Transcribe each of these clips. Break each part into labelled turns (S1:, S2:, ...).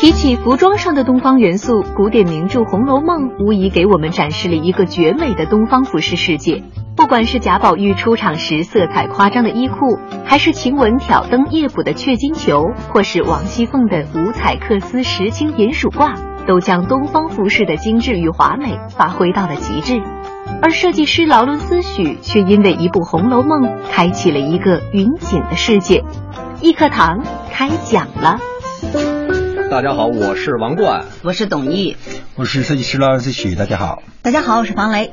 S1: 提起服装上的东方元素，古典名著《红楼梦》无疑给我们展示了一个绝美的东方服饰世界。不管是贾宝玉出场时色彩夸张的衣裤，还是晴雯挑灯夜捕的雀金球，或是王熙凤的五彩缂丝石青银鼠褂，都将东方服饰的精致与华美发挥到了极致。而设计师劳伦斯许却因为一部《红楼梦》开启了一个云锦的世界。一课堂开讲了。
S2: 大家好，我是王冠，
S3: 我是董毅，
S4: 我是设计师劳伦斯许，大家好。
S5: 大家好，我是房雷。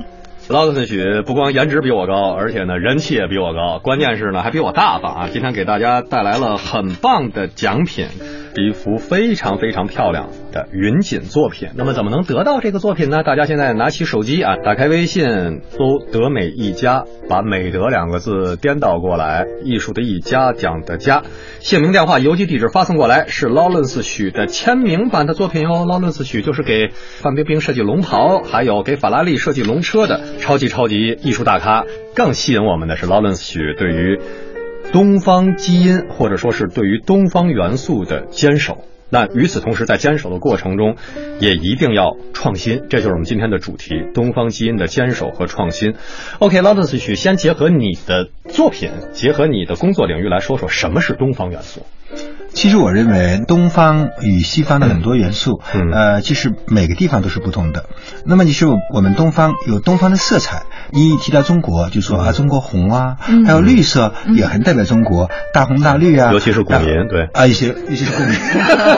S2: 劳伦斯许不光颜值比我高，而且呢人气也比我高，关键是呢还比我大方啊！今天给大家带来了很棒的奖品，是一幅非常非常漂亮的云锦作品。那么怎么能得到这个作品呢？大家现在拿起手机啊，打开微信搜“德美一家”，把“美德”两个字颠倒过来，艺术的“艺”嘉奖的“嘉”，姓名、电话、邮寄地址发送过来，是劳伦斯许的签名版的作品哟。劳伦斯许就是给范冰冰设计龙袍，还有给法拉利设计龙车的。超级超级艺术大咖，更吸引我们的是劳伦斯许对于东方基因或者说是对于东方元素的坚守。那与此同时，在坚守的过程中，也一定要创新，这就是我们今天的主题：东方基因的坚守和创新。OK，劳伦斯许先结合你的作品，结合你的工作领域来说说什么是东方元素。
S4: 其实我认为东方与西方的很多元素，
S2: 嗯嗯
S4: 呃，其实每个地方都是不同的。那么你说我们东方有东方的色彩，你一提到中国就说
S2: 嗯
S4: 啊，中国红啊，还有绿色也很代表中国，大红大绿啊，
S2: 尤其是古民
S4: 然后
S2: 对
S4: 啊，一些一些是古民，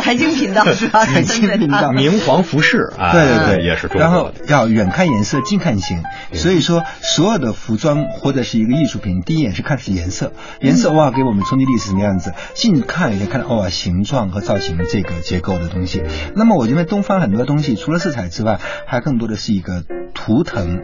S3: 财经频道是
S5: 啊
S3: 吧？
S4: 财经频道
S2: 明皇服饰啊，
S4: 对对对，
S2: 也是中
S4: 然
S2: 国
S4: 后
S2: 的。嗯
S4: 要远看颜色，近看形。所以说，所有的服装或者是一个艺术品，第一眼是看是颜色，
S2: 嗯
S4: 颜色哇给我们冲击力是什么样子，近看也能看到哇形状和造型这个结构的东西。那么我认为东方很多东西，除了色彩之外，还更多的是一个图腾。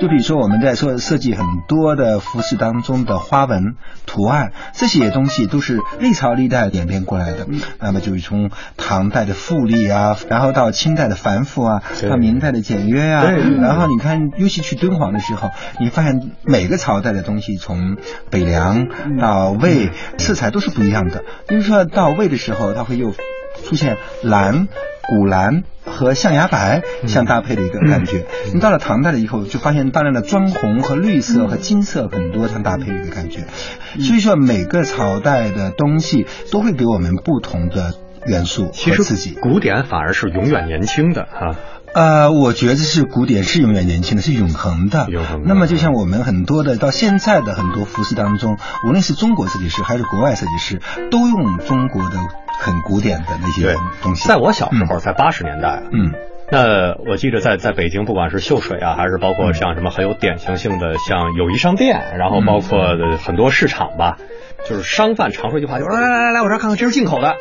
S4: 就比如说我们在设设计很多的服饰当中的花纹、图案这些东西，都是历朝历代演变过来
S2: 嗯
S4: 的。那么就是从唐代的富丽啊，然后到清代的繁复啊，
S2: 对
S4: 到明代的简约啊，
S2: 对对
S4: 然后你看，尤其去敦煌的时候，你发现每个朝代的东西，从北凉
S2: 嗯
S4: 到魏，色彩都是不一样的。比如说到魏的时候，它会又出现蓝、古蓝和象牙白
S2: 嗯
S4: 相搭配的一个感觉。你到了唐代了以后，就发现大量的砖红和绿色和金色很多相搭配的一个感觉。
S2: 嗯
S4: 所以说，每个朝代的东西都会给我们不同的元素
S2: 其
S4: 和
S2: 实
S4: 刺激。
S2: 古典反而是永远年轻的哈、
S4: 呃，我觉得是古典是永远年轻的，是永恒的。
S2: 永恒的
S4: 那么就像我们很多的到现在的很多服饰当中，无论是中国设计师还是国外设计师，都用中国的很古典的那些
S2: 对
S4: 东西。
S2: 在我小时候，在八十年代啊，
S4: 嗯，
S2: 那我记得在在北京，不管是秀水啊，还是包括像什么很有典型性的，像友谊商店，然后包括呃很多市场吧，就是商贩常说一句话，就是来来来来，我这儿看看，这是进口的，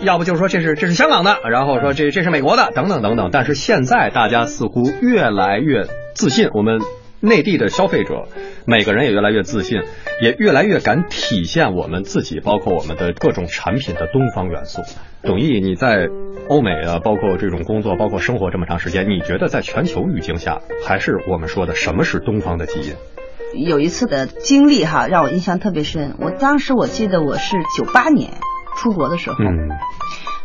S2: 要不就是说这是这是香港的，然后说这这是美国的，等等等等。但是现在大家似乎越来越自信，我们。内地的消费者，每个人也越来越自信，也越来越敢体现我们自己，包括我们的各种产品的东方元素。董毅，你在欧美啊，包括这种工作，包括生活这么长时间，你觉得在全球语境下，还是我们说的什么是东方的基因？
S3: 有一次的经历哈，让我印象特别深。我当时我记得我是九八年出国的时候，
S2: 嗯，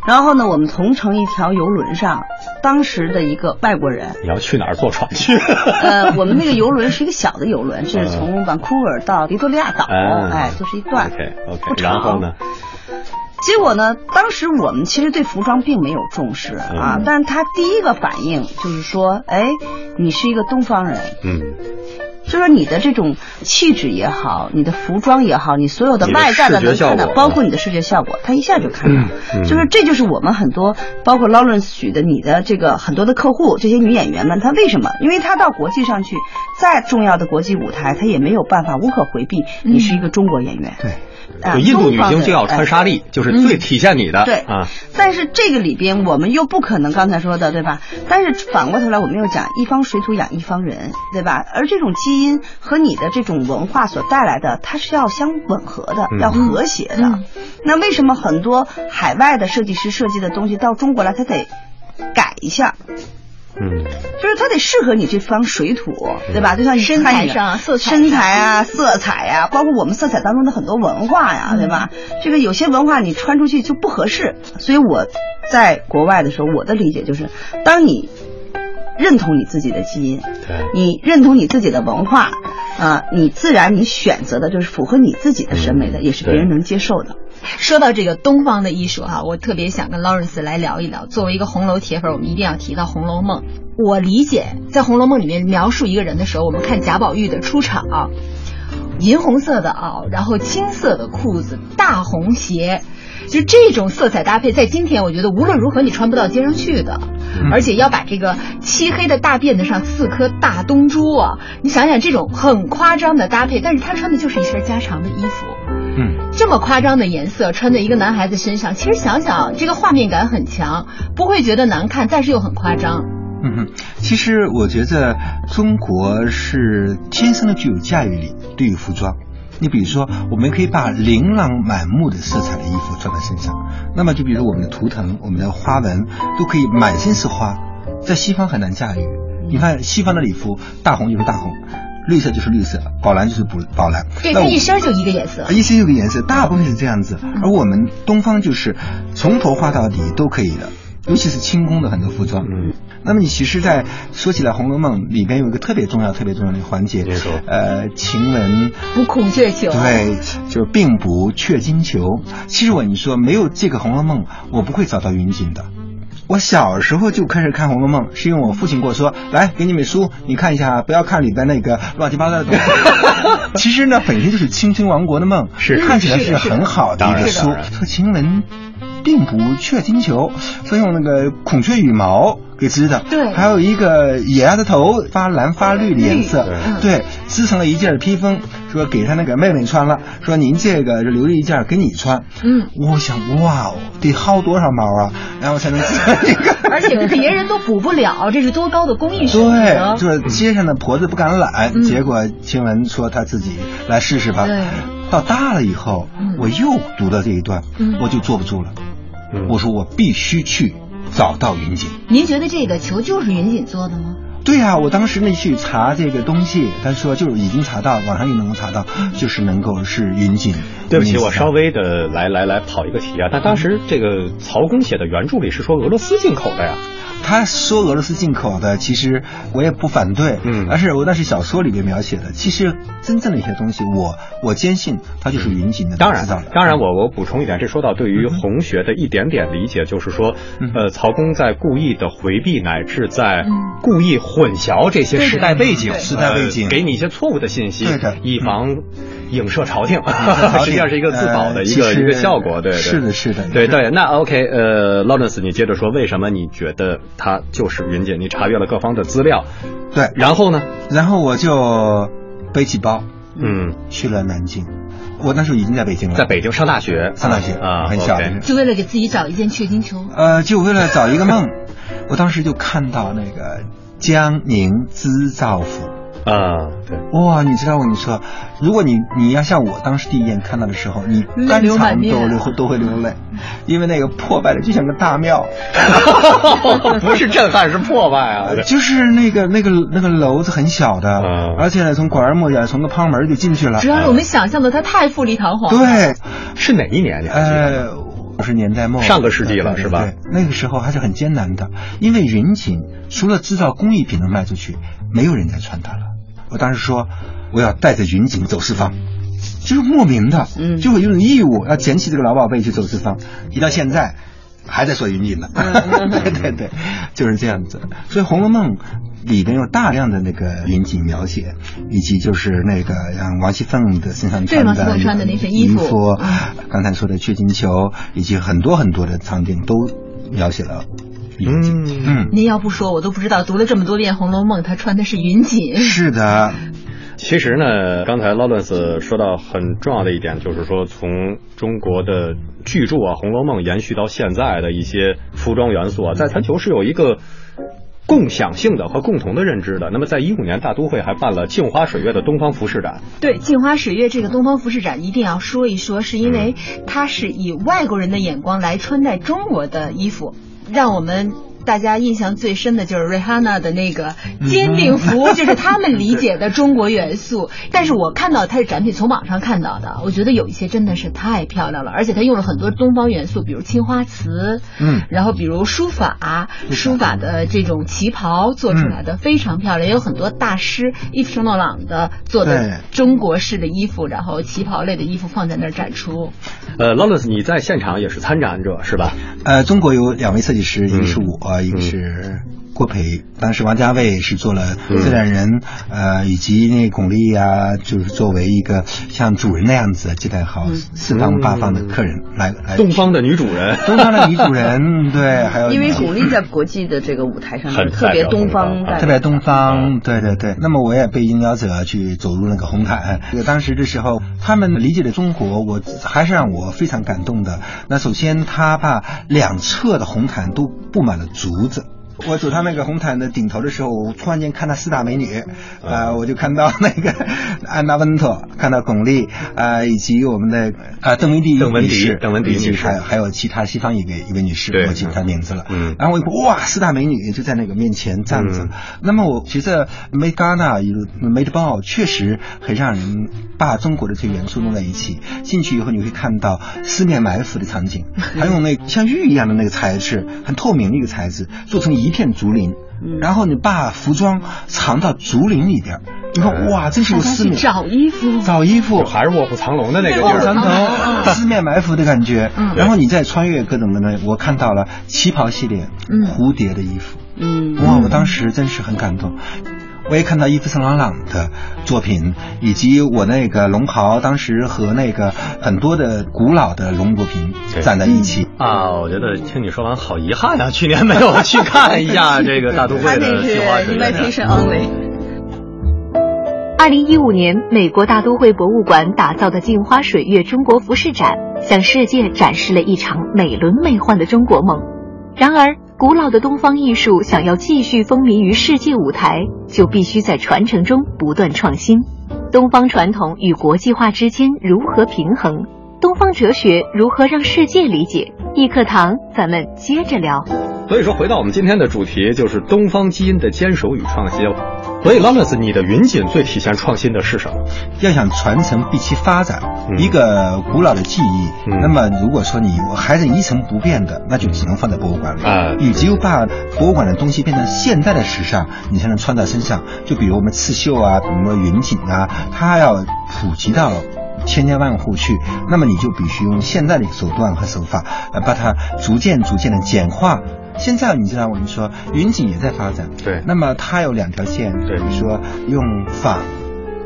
S3: 然后呢，我们同乘一条游轮上，当时的一个外国人，
S2: 你要去哪儿坐船 去？
S3: 呃，我们那个游轮是一个小的游轮，这是从 Vancouver 到维多利亚岛，
S2: 嗯
S3: 哎，就是一段。
S2: OK
S3: 不
S2: OK，
S3: 长
S2: 然后呢？
S3: 结果呢，当时我们其实对服装并没有重视啊
S2: 嗯，
S3: 但是他第一个反应就是说，哎，你是一个东方人，
S2: 嗯，
S3: 就说你的这种气质也好，你的服装也好，你所有的
S2: 你的
S3: 外在的
S2: 视觉
S3: 能看
S2: 效果，
S3: 到包括你的视觉效果，他一下就看到。
S2: 嗯
S3: 就是这就是我们很多，包括 Lawrence 许的你的这个很多的客户，这些女演员们，她为什么？因为她到国际上去，再重要的国际舞台，她也没有办法无可回避，你是一个中国演员。
S4: 对
S3: 啊，
S2: 就印度女星就要穿
S3: 中方的哎
S2: 纱丽，就是最体现你的。
S3: 嗯对
S2: 啊，
S3: 但是这个里边我们又不可能刚才说的，对吧？但是反过头来，我们又讲一方水土养一方人，对吧？而这种基因和你的这种文化所带来的，它是要相吻合的，
S2: 嗯
S3: 要和谐的。
S5: 嗯
S3: 那为什么很多海外的设计师设计的东西到中国来，他得改一下？
S2: 嗯，
S3: 就是它得适合你这方水土，对吧？就像你
S5: 身
S3: 看
S5: 材
S3: 你的
S5: 上色彩
S3: 身材啊、色彩呀、包括我们色彩
S5: 嗯
S3: 当中的很多文化呀、对吧？这个有些文化你穿出去就不合适，所以我在国外的时候，我的理解就是，当你认同你自己的基因，
S2: 对，
S3: 你认同你自己的文化，啊、你自然你选择的就是符合你自己的审美的，
S2: 嗯
S3: 也是别人能接受的。
S5: 说到这个东方的艺术哈、我特别想跟 Lawrence 来聊一聊。作为一个红楼铁粉，我们一定要提到《红楼梦》。我理解，在《红楼梦》里面描述一个人的时候，我们看贾宝玉的出场啊，银红色的袄，然后青色的裤子，大红鞋。就这种色彩搭配，在今天我觉得无论如何你穿不到街上去的，
S4: 嗯
S5: 而且要把这个漆黑的大辫子上四颗大东珠啊，你想想这种很夸张的搭配，但是他穿的就是一身家常的衣服，
S2: 嗯，
S5: 这么夸张的颜色穿在一个男孩子身上，其实想想这个画面感很强，不会觉得难看，但是又很夸张。
S4: 嗯哼，其实我觉得中国是天生的具有驾驭力，对于服装。你比如说，我们可以把琳琅满目的色彩的衣服穿在身上，那么就比如我们的图腾、我们的花纹都可以满身是花，在西方很难驾驭。
S5: 嗯
S4: 你看西方的礼服，大红就是大红，绿色就是绿色，宝蓝就是宝宝蓝。
S5: 对
S4: 那
S5: 他
S4: 我哎啊
S5: 一身嗯就一个颜色，
S4: 一些有个颜色，大部分是这样子，而我们东方就是从头画到底都可以的，尤其是清宫的很多服装。
S2: 嗯，
S4: 那么你其实在，说起来《红楼梦》里边有一个特别重要、特别重要的环节
S2: 您说，
S4: 呃，晴雯
S5: 不孔雀球，
S4: 对，就并不雀金裘。其实我跟你说，没有这个《红楼梦》，我不会找到云锦的。我小时候就开始看《红楼梦》，是因为我父亲跟我说：“来，给你本书，你看一下，不要看里边那个乱七八糟的东西。”其实呢，本身就是青春王国的梦，
S2: 是
S4: 看起来
S5: 是
S4: 是
S5: 的是的
S4: 很好的
S2: 当
S4: 一
S2: 然
S4: 个
S2: 是的
S4: 书
S2: 当然。
S4: 说晴雯并不雀金裘，所以用那个孔雀羽毛给织的。
S5: 对
S4: 还有一个野鸭的头发蓝发绿的颜色
S2: 绿，
S5: 嗯
S4: 对，织成了一件披风，说给他那个妹妹穿了，说您这个留着一件给你穿。
S5: 嗯，
S4: 我想，哇哦，得薅多少毛啊，然后才能织这个。
S5: 而 且别人都补不了，这是多高的工艺水平啊
S4: 对，！就是街上的婆子不敢揽，
S5: 嗯
S4: 结果晴雯说她自己来试试吧
S5: 对。
S4: 到大了以后，
S5: 嗯
S4: 我又读到这一段，
S5: 嗯
S4: 我就坐不住了。
S2: 嗯
S4: 我说我必须去找到云锦。
S5: 您觉得这个球就是云锦做的吗？
S4: 对呀、我当时呢去查这个东西，他说就是已经查到，网上也能够查到，
S5: 嗯
S4: 就是能够是云锦。
S2: 对不起，我稍
S4: 稍微。
S2: 微的来来来跑一个题啊。但当时这个曹公写的原著里是说俄罗斯进口的呀，
S4: 他说俄罗斯进口的，其实我也不反对，
S2: 嗯
S4: 而是我那是小说里面描写的，其实真正的一些东西，我我坚信它就是云锦的
S2: 当
S4: 制
S2: 然
S4: 造
S5: 嗯
S4: 的，，
S2: 当然我，我补充一点，这说到对于红学的一点点理解，就是说，
S4: 嗯
S2: 呃，曹公在故意的回避，乃至在
S5: 嗯
S2: 故意混淆这些时代背景，
S5: 对对对
S2: 呃
S4: 时代背景
S2: 给你一些错误的信息
S4: 对的，嗯
S2: 以防影射朝 廷
S4: 朝，廷
S2: 实际上是一个自保的
S4: 呃
S2: 一个
S4: 其实
S2: 一个效果，对，对
S4: 是的是的
S2: 对
S4: 是
S2: 对。那 OK，呃，Lawrence，你接着说，为什么你觉得他就是云锦？你查阅了各方的资料，
S4: 对，
S2: 然后呢？
S4: 然后我就背起包
S2: 嗯，
S4: 去了南京，我那时候已经在北京了，
S2: 在北京上大学，
S4: 上大学
S2: 啊，
S4: 很小的
S2: OK
S4: 时候
S5: 就为了给自己找一件雀金球，
S4: 呃，就为了找一个梦， 我当时就看到那个江宁织造府。
S2: 啊，对。
S4: 哇，你知道我跟你说，如果你你要像我当时第一眼看到的时候，你
S5: 泪
S4: 当
S5: 流满
S4: 场都
S5: 面
S4: 流都会流泪，因为那个破败的就像个大庙，
S2: 不是震撼，是破败啊！
S4: 就是那个那个那个楼子很小的，
S2: 嗯
S4: 而且呢从拐弯抹角从个旁门就进去了
S5: 主。要是我们想象的它太富丽堂皇。，
S4: 对，
S2: 是哪一年？你还记得吗？
S4: 呃，五十年代末，
S2: 上个世纪了
S4: 对对
S2: 是吧
S4: 对，那个时候还是很艰难的，因为云锦除了制造工艺品能卖出去，没有人再穿它了。我当时说，我要带着云锦走四方。就是莫名的，
S3: 嗯
S4: 就有一种义务要捡起这个老宝贝去走四方。一到现在，还在说云锦呢，
S5: 嗯
S4: 对对对，就是这样子。所以《红楼梦》里边有大量的那个云锦描写，以及就是那个像王熙凤的身上
S5: 对
S4: 穿
S5: 王
S4: 的
S5: 熙凤穿的那身衣服
S4: 服，刚才说的雀金裘，以及很多很多的场景都描写了云锦。
S2: 嗯，
S4: 嗯，
S5: 您要不说我都不知道，读了这么多遍《红楼梦》，他穿的是云锦。
S4: 是的，
S2: 其实呢，刚才劳伦斯说到很重要的一点，就是说从中国的巨著啊，《红楼梦》延续到现在的一些服装元素啊，在全球是有一个。共享性的和共同的认知的。那么，在一五年大都会还办了镜花水月的东方服饰展，
S5: 对，镜花水月这个东方服饰展一定要说一说，是因
S2: 嗯
S5: 为它是以外国人的眼光来穿戴中国的衣服，让我们大家印象最深的就是瑞哈娜的那
S2: 嗯
S5: 个坚定服，就是他们理解的中国元素。但是我看到它的展品，从网上看到的，我觉得有一些真的是太漂亮了，而且它用了很多东方元素，比如青花瓷，
S4: 嗯
S5: 然后比如书法，
S4: 书
S5: 书
S4: 法
S5: 法的这种旗袍做出
S4: 嗯
S5: 来的非常漂亮，也有很多大师伊夫圣诺朗的做
S4: 对
S5: 的中国式的衣服，然后旗袍类的衣服放在那儿展出。
S2: 呃 l a w l e s 你在现场也是参展者是吧？
S4: 呃，中国有两位设计师，一个是
S2: 嗯
S4: 我，一个是郭培。当时王家卫是做了自然人，呃，以及那个巩俐啊，就是作为一个像主人那样子接待好四方八方的客人来 来。
S2: 东方的女主人，
S4: 东方的女主人，对，还有
S3: 因为
S4: 你
S3: 巩俐在国际的这个舞台上
S2: 很
S3: 特
S2: 代
S3: 别
S2: 表
S3: 东
S2: 东方啊
S3: 方
S2: 嗯
S3: 代
S4: 特别东方，对对对。那么我也被应邀者去走入那个红毯。
S2: 嗯
S4: 这个当时的时候，他们理解的中国，我还是让我非常感动的。那首先，他把两侧的红毯都布满了竹子。我走上那个红毯的顶头的时候，我突然间看到四大美女，
S2: 嗯
S4: 呃，我就看到那个 安娜温特，看到巩俐，呃，以及我们的呃邓文迪
S2: 邓文迪
S4: 女士
S2: 邓文迪
S4: 以及
S2: 女士
S4: 还有还有其他西方一位一位女士，
S2: 对
S4: 我记不她名字了。
S2: 嗯
S4: 然后我一看，哇，四大美女就在那个面前站着。
S2: 嗯
S4: 那么我觉得 Made Ghana 一路 Made Ball 确实很让人把中国的这元素弄在一起。进去以后你会看到四面埋伏的场景，还用那个像玉一样的那个材质，很透明的一个材质，做成一片竹林。然后你把服装藏到竹林里边儿，你看
S2: 嗯
S4: 哇，这是
S5: 大
S4: 有
S5: 家
S4: 四
S5: 去
S4: 面
S5: 找衣服，
S4: 找衣服
S2: 就，还是卧虎藏龙的那个
S5: 对
S2: 劲
S5: 卧 虎
S4: 卧
S2: 儿。
S4: 蚕头，四面埋伏的感觉。
S5: 嗯
S4: 然后你再穿越各种的呢，我看到了旗袍系列，
S5: 嗯
S4: 蝴蝶的衣服，
S3: 嗯
S4: 哇，我当时真是很感动。我也看到伊夫圣朗朗的作品，以及我那个龙袍，当时和那个很多的古老的龙作品
S2: 对
S4: 攒在一起。
S2: 啊，我觉得听你说完好遗憾啊，去年没有去看一 下这个大都
S3: 他
S2: 会
S3: 那
S2: 的
S3: 是
S2: 杏花水月亮。
S3: invitation only。
S1: 二零一五年，美国大都会博物馆打造的镜花水月中国服饰展，向世界展示了一场美轮美奂的中国梦。然而，古老的东方艺术想要继续风靡于世界舞台，就必须在传承中不断创新。东方传统与国际化之间如何平衡？东方哲学如何让世界理解？一课堂，咱们接着聊。
S2: 所以说，回到我们今天的主题，就是东方基因的坚守与创新。所以 l a l e s 你的云锦最体现创新的是什么？
S4: 要想传承并其发展，
S2: 嗯
S4: 一个古老的技艺，
S2: 嗯
S4: 那么如果说你还是一成不变的，那就只能放在博物馆里。
S2: 啊
S4: 以及把博物馆的东西变成现代的时尚，你才能穿在身上。就比如我们刺绣啊，比如说云锦啊，它要普及到。千家万户去，那么你就必须用现代的手段和手法，呃，把它逐渐逐渐的简化。现在你知道，我们说云锦也在发展，
S2: 对
S4: 那么它有两条线，
S2: 对
S4: 比如说用纺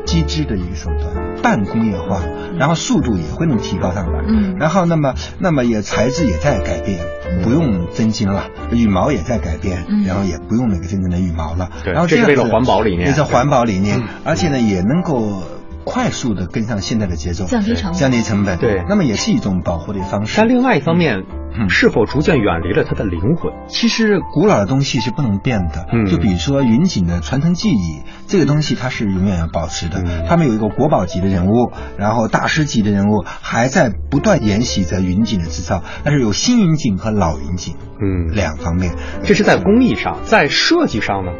S4: 机织的一个手段，半工业化，然后速度也会能提高上来。
S5: 嗯
S4: 然后那么那么也材质也在改变，不用真金了，羽毛也在改变，
S5: 嗯
S4: 然后也不用每个真正的羽毛了。
S2: 对
S4: 然后
S2: 这是
S4: 样
S2: 为了
S4: 子
S2: 环保理念
S4: 也是环保理念
S2: 嗯，
S4: 而且呢也能够快速的跟上现在的节奏，
S5: 降低成本
S4: 降低成本。
S2: 对
S4: 那么也是一种保护的方式。
S2: 但另外一方面，
S4: 嗯
S2: 是否逐渐远离了它的灵魂？
S4: 其实古老的东西是不能变的，
S2: 嗯
S4: 就比如说云锦的传承技艺，这个东西它是永远要保持的。
S2: 嗯
S4: 他们有一个国宝级的人物，然后大师级的人物，还在不断沿袭着云锦的制造，但是有新云锦和老云锦
S2: 嗯，
S4: 两方面。
S2: 这是在工艺上，在设计上呢？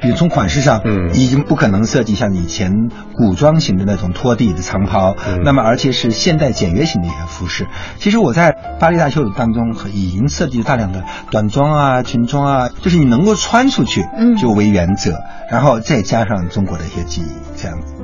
S4: 比如从款式上，
S2: 嗯
S4: 已经不可能设计像以前古装型的那种拖地的长袍，
S2: 嗯
S4: 那么而且是现代简约型的一个服饰。其实我在巴黎大秀当中和已经设计了大量的短装啊、裙装啊，就是你能够穿出去，
S5: 嗯
S4: 就为原则，然后再加上中国的一些技艺，这样子。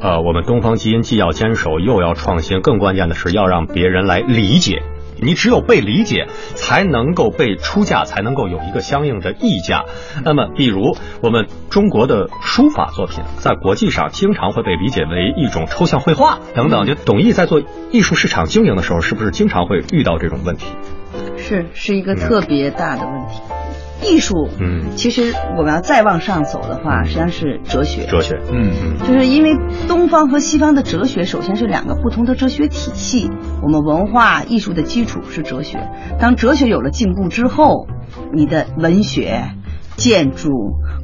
S2: 呃，我们东方基因既要坚守，又要创新，更关键的是要让别人来理解。你只有被理解，才能够被出价，才能够有一个相应的溢价。那么，比如我们中国的书法作品，在国际上经常会被理解为一种抽象绘画等等。就董毅在做艺术市场经营的时候，是不是经常会遇到这种问题？
S3: 是是一个特别大的问题。艺术，
S2: 嗯
S3: 其实我们要再往上走的话，实际上是哲学。
S2: 哲学，
S4: 嗯
S2: 嗯
S3: 就是因为东方和西方的哲学首先是两个不同的哲学体系，我们文化艺术的基础是哲学。当哲学有了进步之后，你的文学、建筑、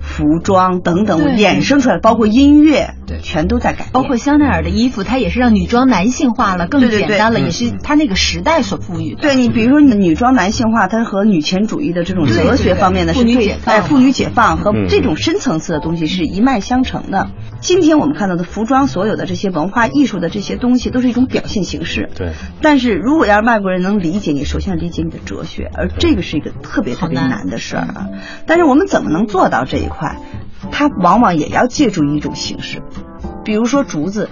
S3: 服装等等
S5: 对
S3: 衍生出来，包括音乐，
S2: 对
S3: 全都在改变。
S5: 包括香奈儿的衣服，它也是让女装男性化了，更
S3: 对对对
S5: 简单了，
S2: 嗯
S5: 也是它那个时代所赋予的。嗯
S3: 对你，比如说你女装男性化，它和女权主义的这种
S5: 对
S3: 哲学
S5: 对
S3: 方面的
S5: 妇
S3: 是
S5: 女
S3: 对
S5: 解放
S3: 哎，
S5: 嘛
S3: 妇女解放和
S2: 嗯
S3: 这种深层次的东西是一脉相承的。今天我们看到的服装，所有的这些文化艺术的这些东西，都是一种表现形式。
S2: 对，
S3: 但是如果要让外国人能理解你，首先要理解你的哲学，而这个是一个特别特别
S5: 好难
S3: 难的事儿啊。但是我们怎么能做到这一块？它往往也要借助一种形式，比如说竹子，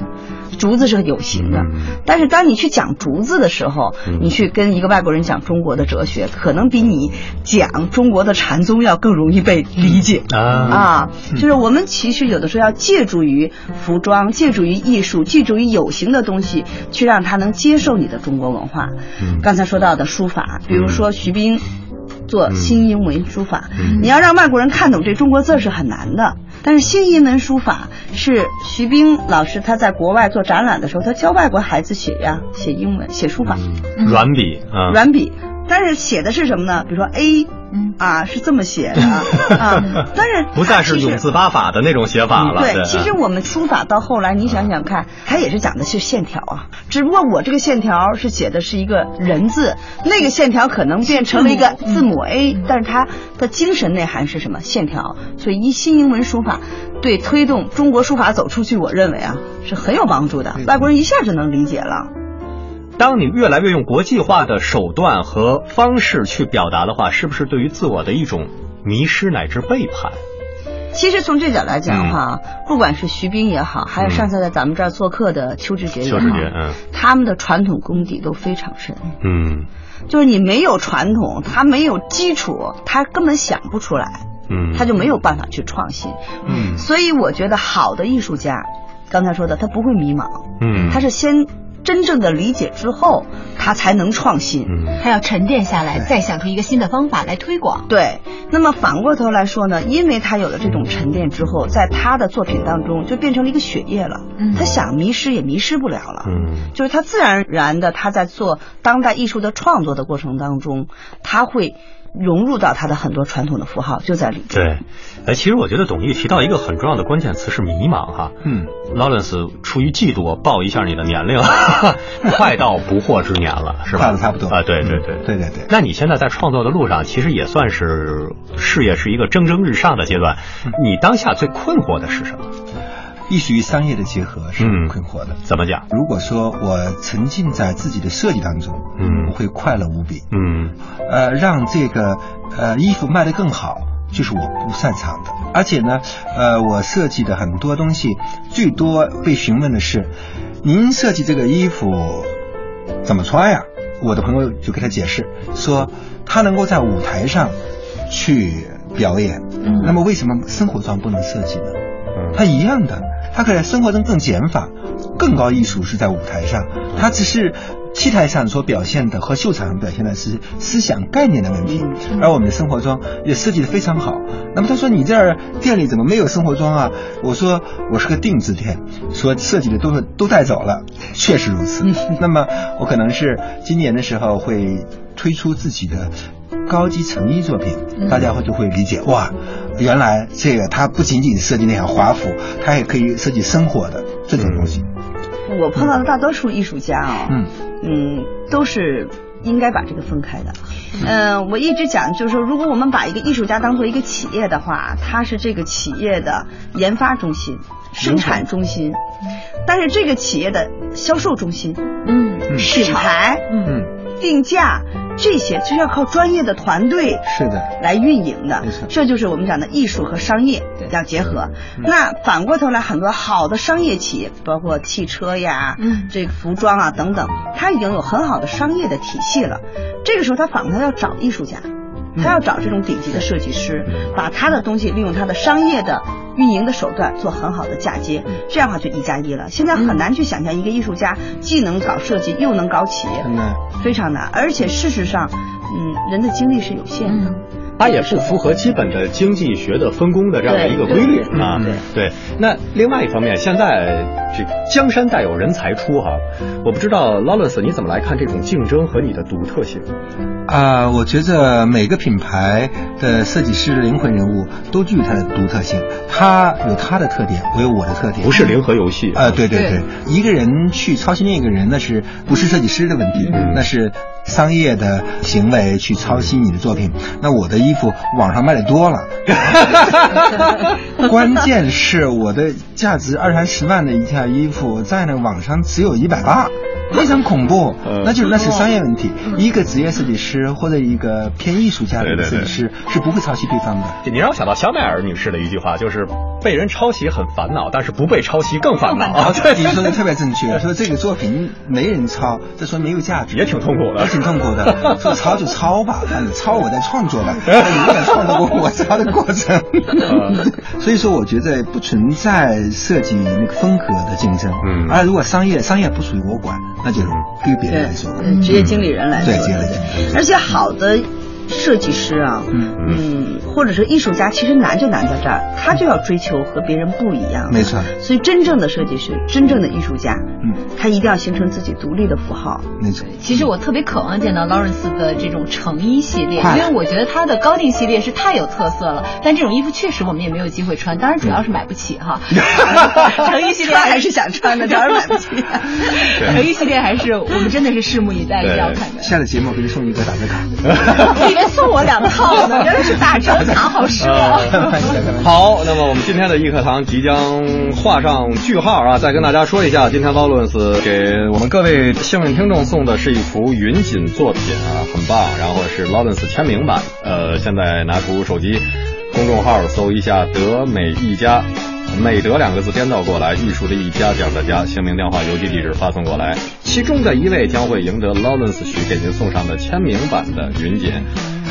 S3: 竹子是有形的，
S2: 嗯
S3: 但是当你去讲竹子的时候，
S2: 嗯
S3: 你去跟一个外国人讲中国的哲学，可能比你讲中国的禅宗要更容易被理解。
S2: 啊，
S3: 啊，就是我们其实有的时候要借助于服装，借助于艺术，借助于有形的东西，去让他能接受你的中国文化。
S2: 嗯
S3: 刚才说到的书法，比如说徐冰做新英文书法，
S2: 嗯
S3: 你要让外国人看懂这中国字儿是很难的。但是新英文书法是徐冰老师他在国外做展览的时候，他教外国孩子写呀、写英文、写书法，
S2: 嗯软笔啊，
S3: 软笔。但是写的是什么呢？比如说 A
S5: 嗯，
S3: 啊是这么写的 啊，啊但是
S2: 不再是
S3: 其实
S2: 永字八法的那种写法了。
S3: 嗯
S2: 嗯
S3: 对，其实我们书法到后来，你想想看，它也是讲的是线条啊，只不过我这个线条是写的是一个人字，那个线条可能变成了一个字母嗯 A，但是它的精神内涵是什么？线条。所以一新英文书法对推动中国书法走出去，我认为啊是很有帮助的，外国人一下就能理解了。
S2: 当你越来越用国际化的手段和方式去表达的话，是不是对于自我的一种迷失乃至背叛？
S3: 其实从这点来讲的话，
S2: 嗯
S3: 啊，不管是徐冰也好，还有上次在咱们这儿做客的邱志杰也
S2: 邱
S3: 好
S2: 世，杰，嗯
S3: 他们的传统功底都非常深。
S2: 嗯
S3: 就是你没有传统，他没有基础，他根本想不出来，
S2: 嗯，
S3: 他就没有办法去创新。
S2: 嗯
S3: 所以我觉得好的艺术家，刚才说的，他不会迷茫，
S2: 嗯，
S3: 他是先真正的理解之后，他才能创新。
S2: 嗯
S5: 它要沉淀下来，再想出一个新的方法来推广。
S3: 对，那么反过头来说呢，因为他有了这种沉淀之后，在他的作品当中就变成了一个血液了，
S5: 嗯
S3: 他想迷失也迷失不了了。
S2: 嗯
S3: 就是他自然而然的，他在做当代艺术的创作的过程当中，他会融入到他的很多传统的符号就在里边。
S2: 对，哎，其实我觉得董毅提到一个很重要的关键词是迷茫哈。
S4: 嗯，
S2: Lawrence，出于嫉妒，我报一下你的年龄， 快到不惑之年了，是吧？
S4: 差不差不多
S2: 啊，对对对
S4: 嗯对对对
S2: 那你现在在创作的路上，其实也算是事业是一个蒸蒸日上的阶段。
S4: 嗯
S2: 你当下最困惑的是什么？
S4: 艺术与商业的结合是
S2: 嗯
S4: 很困惑的。
S2: 怎么讲？
S4: 如果说我沉浸在自己的设计当中，
S2: 嗯
S4: 我会快乐无比。
S2: 嗯
S4: 呃，让这个呃衣服卖得更好，就是我不擅长的。而且呢，呃，我设计的很多东西，最多被询问的是，您设计这个衣服怎么穿呀？我的朋友就给他解释说，他能够在舞台上去表演，
S5: 嗯
S4: 那么为什么生活中不能设计呢？
S2: 嗯
S4: 它一样的，它可以在生活中更减法，更高艺术是在舞台上，它只是器材上所表现的和秀场上表现的是思想概念的问题，而我们的生活中也设计的非常好。那么他说你这儿店里怎么没有生活装啊？我说我是个定制店，所设计的都是都带走了，确实如此。那么我可能是今年的时候会推出自己的。高级成衣作品，大家会就会理解哇，原来这个它不仅仅设计那条华服，它也可以设计生活的这种东西。
S3: 我碰到的大多数艺术家啊、
S4: 嗯，
S3: 嗯，都是应该把这个分开的。嗯，我一直讲就是说，如果我们把一个艺术家当做一个企业的话，它是这个企业的研发中心、生产中心，但是这个企业的销售中心、
S5: 嗯
S3: 品牌、
S5: 嗯，
S4: 嗯，
S3: 定价这些，是要靠专业的团队
S4: 是的，
S3: 来运营的
S4: 没错，
S3: 这就是我们讲的艺术和商业要结合。那反过头来，很多好的商业企业，包括汽车呀、
S5: 嗯
S3: 这个服装啊等等，它已经有很好的商业的体系了。这个时候，他反过来要找艺术家，他要找这种顶级的设计师，把他的东西利用他的商业的运营的手段做很好的嫁接，这样的话就一加一了。现在很难去想象一个艺术家既能搞设计又能搞企业，
S4: 真的，
S3: 嗯非常难。而且事实上，嗯，人的精力是有限的。
S2: 它也不符合基本的经济学的分工的这样的一个规律
S3: 对对
S2: 啊
S3: 对。
S2: 对，那另外一方面，现在这江山代有人才出哈，我不知道 Lawrence 你怎么来看这种竞争和你的独特性？
S4: 啊、我觉着每个品牌的设计师灵魂人物都具有它的独特性，它有它的特点，我有我的特点，
S2: 不是零和游戏
S4: 啊，对对
S5: 对
S4: 对，一个人去抄袭另一个人，那是不是设计师的问题？
S2: 嗯
S4: 那是商业的行为去抄袭你的作品。那我的衣服网上卖的多了，关键是我的价值二三十万的一件衣服，在那网上只有一百八。非常恐怖
S2: 嗯，
S4: 那就是那是商业问题。一个职业设计师或者一个偏艺术家的
S2: 对对对
S4: 设计师是不会抄袭对方的。
S2: 你让我想到香奈儿女士的一句话，就是被人抄袭很烦恼，但是不被抄袭更烦恼 啊。
S4: 你说的特别正确，说这个作品没人抄，这说明没有价值，
S2: 也挺痛苦的
S4: 也挺痛苦 的。说抄就抄吧，那你抄我再创作吧，那你永远创作过我抄的过 程。
S2: 啊
S4: 所以说，我觉得不存在设计那个风格的竞争，
S2: 嗯
S4: 而如果商业商业不属于我管，那就对于别人来说，
S3: 嗯，职业经理人来说，
S4: 对职业经理
S3: 对而且好的设计师啊，
S4: 嗯
S3: 嗯，或者是艺术家，其实难就难在这儿，他就要追求和别人不一样。
S4: 没错，
S3: 所以，真正的设计师，真正的艺术家，
S4: 嗯，
S3: 他一定要形成自己独立的符号。
S4: 那种。
S5: 其实我特别渴望见到 Lawrence 的这种成衣系列，
S4: 快
S5: 因为我觉得他的高定系列是太有特色了。但这种衣服确实我们也没有机会穿，当然主要是买不起哈。成衣系列
S3: 穿 还是想穿的，当然买不 起。
S5: 成衣系列还是我们真的是拭目以待，一定要看的。
S4: 下了节目给你送一个打折卡，
S5: 以为送我两套呢，原来是打折卡，好啊失
S2: 嗯
S5: 望。
S4: 开玩笑，开 玩笑。
S2: 好，那么我们今天的一课堂即将画上句号啊！再跟大家说一下，今天 Lawrence 给我们各位幸运听众送的是一幅云锦作品啊，很棒，然后是 Lawrence 签名版。呃，现在拿出手机公众号搜一下“德美一家”。美德两个字颠倒过来，艺术的一家讲的家，姓名、电话、邮寄地址发送过来，其中的一位将会赢得 Lawrence 许给您送上的签名版的云锦。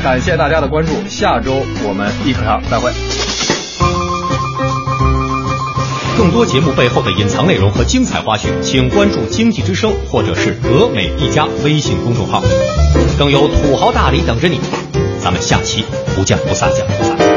S2: 感谢大家的关注，下周我们一课堂再会。
S6: 更多节目背后的隐藏内容和精彩花絮，请关注《经济之声》或者是“德美一家”微信公众号，更有土豪大礼等着你。咱们下期不见不散，不散。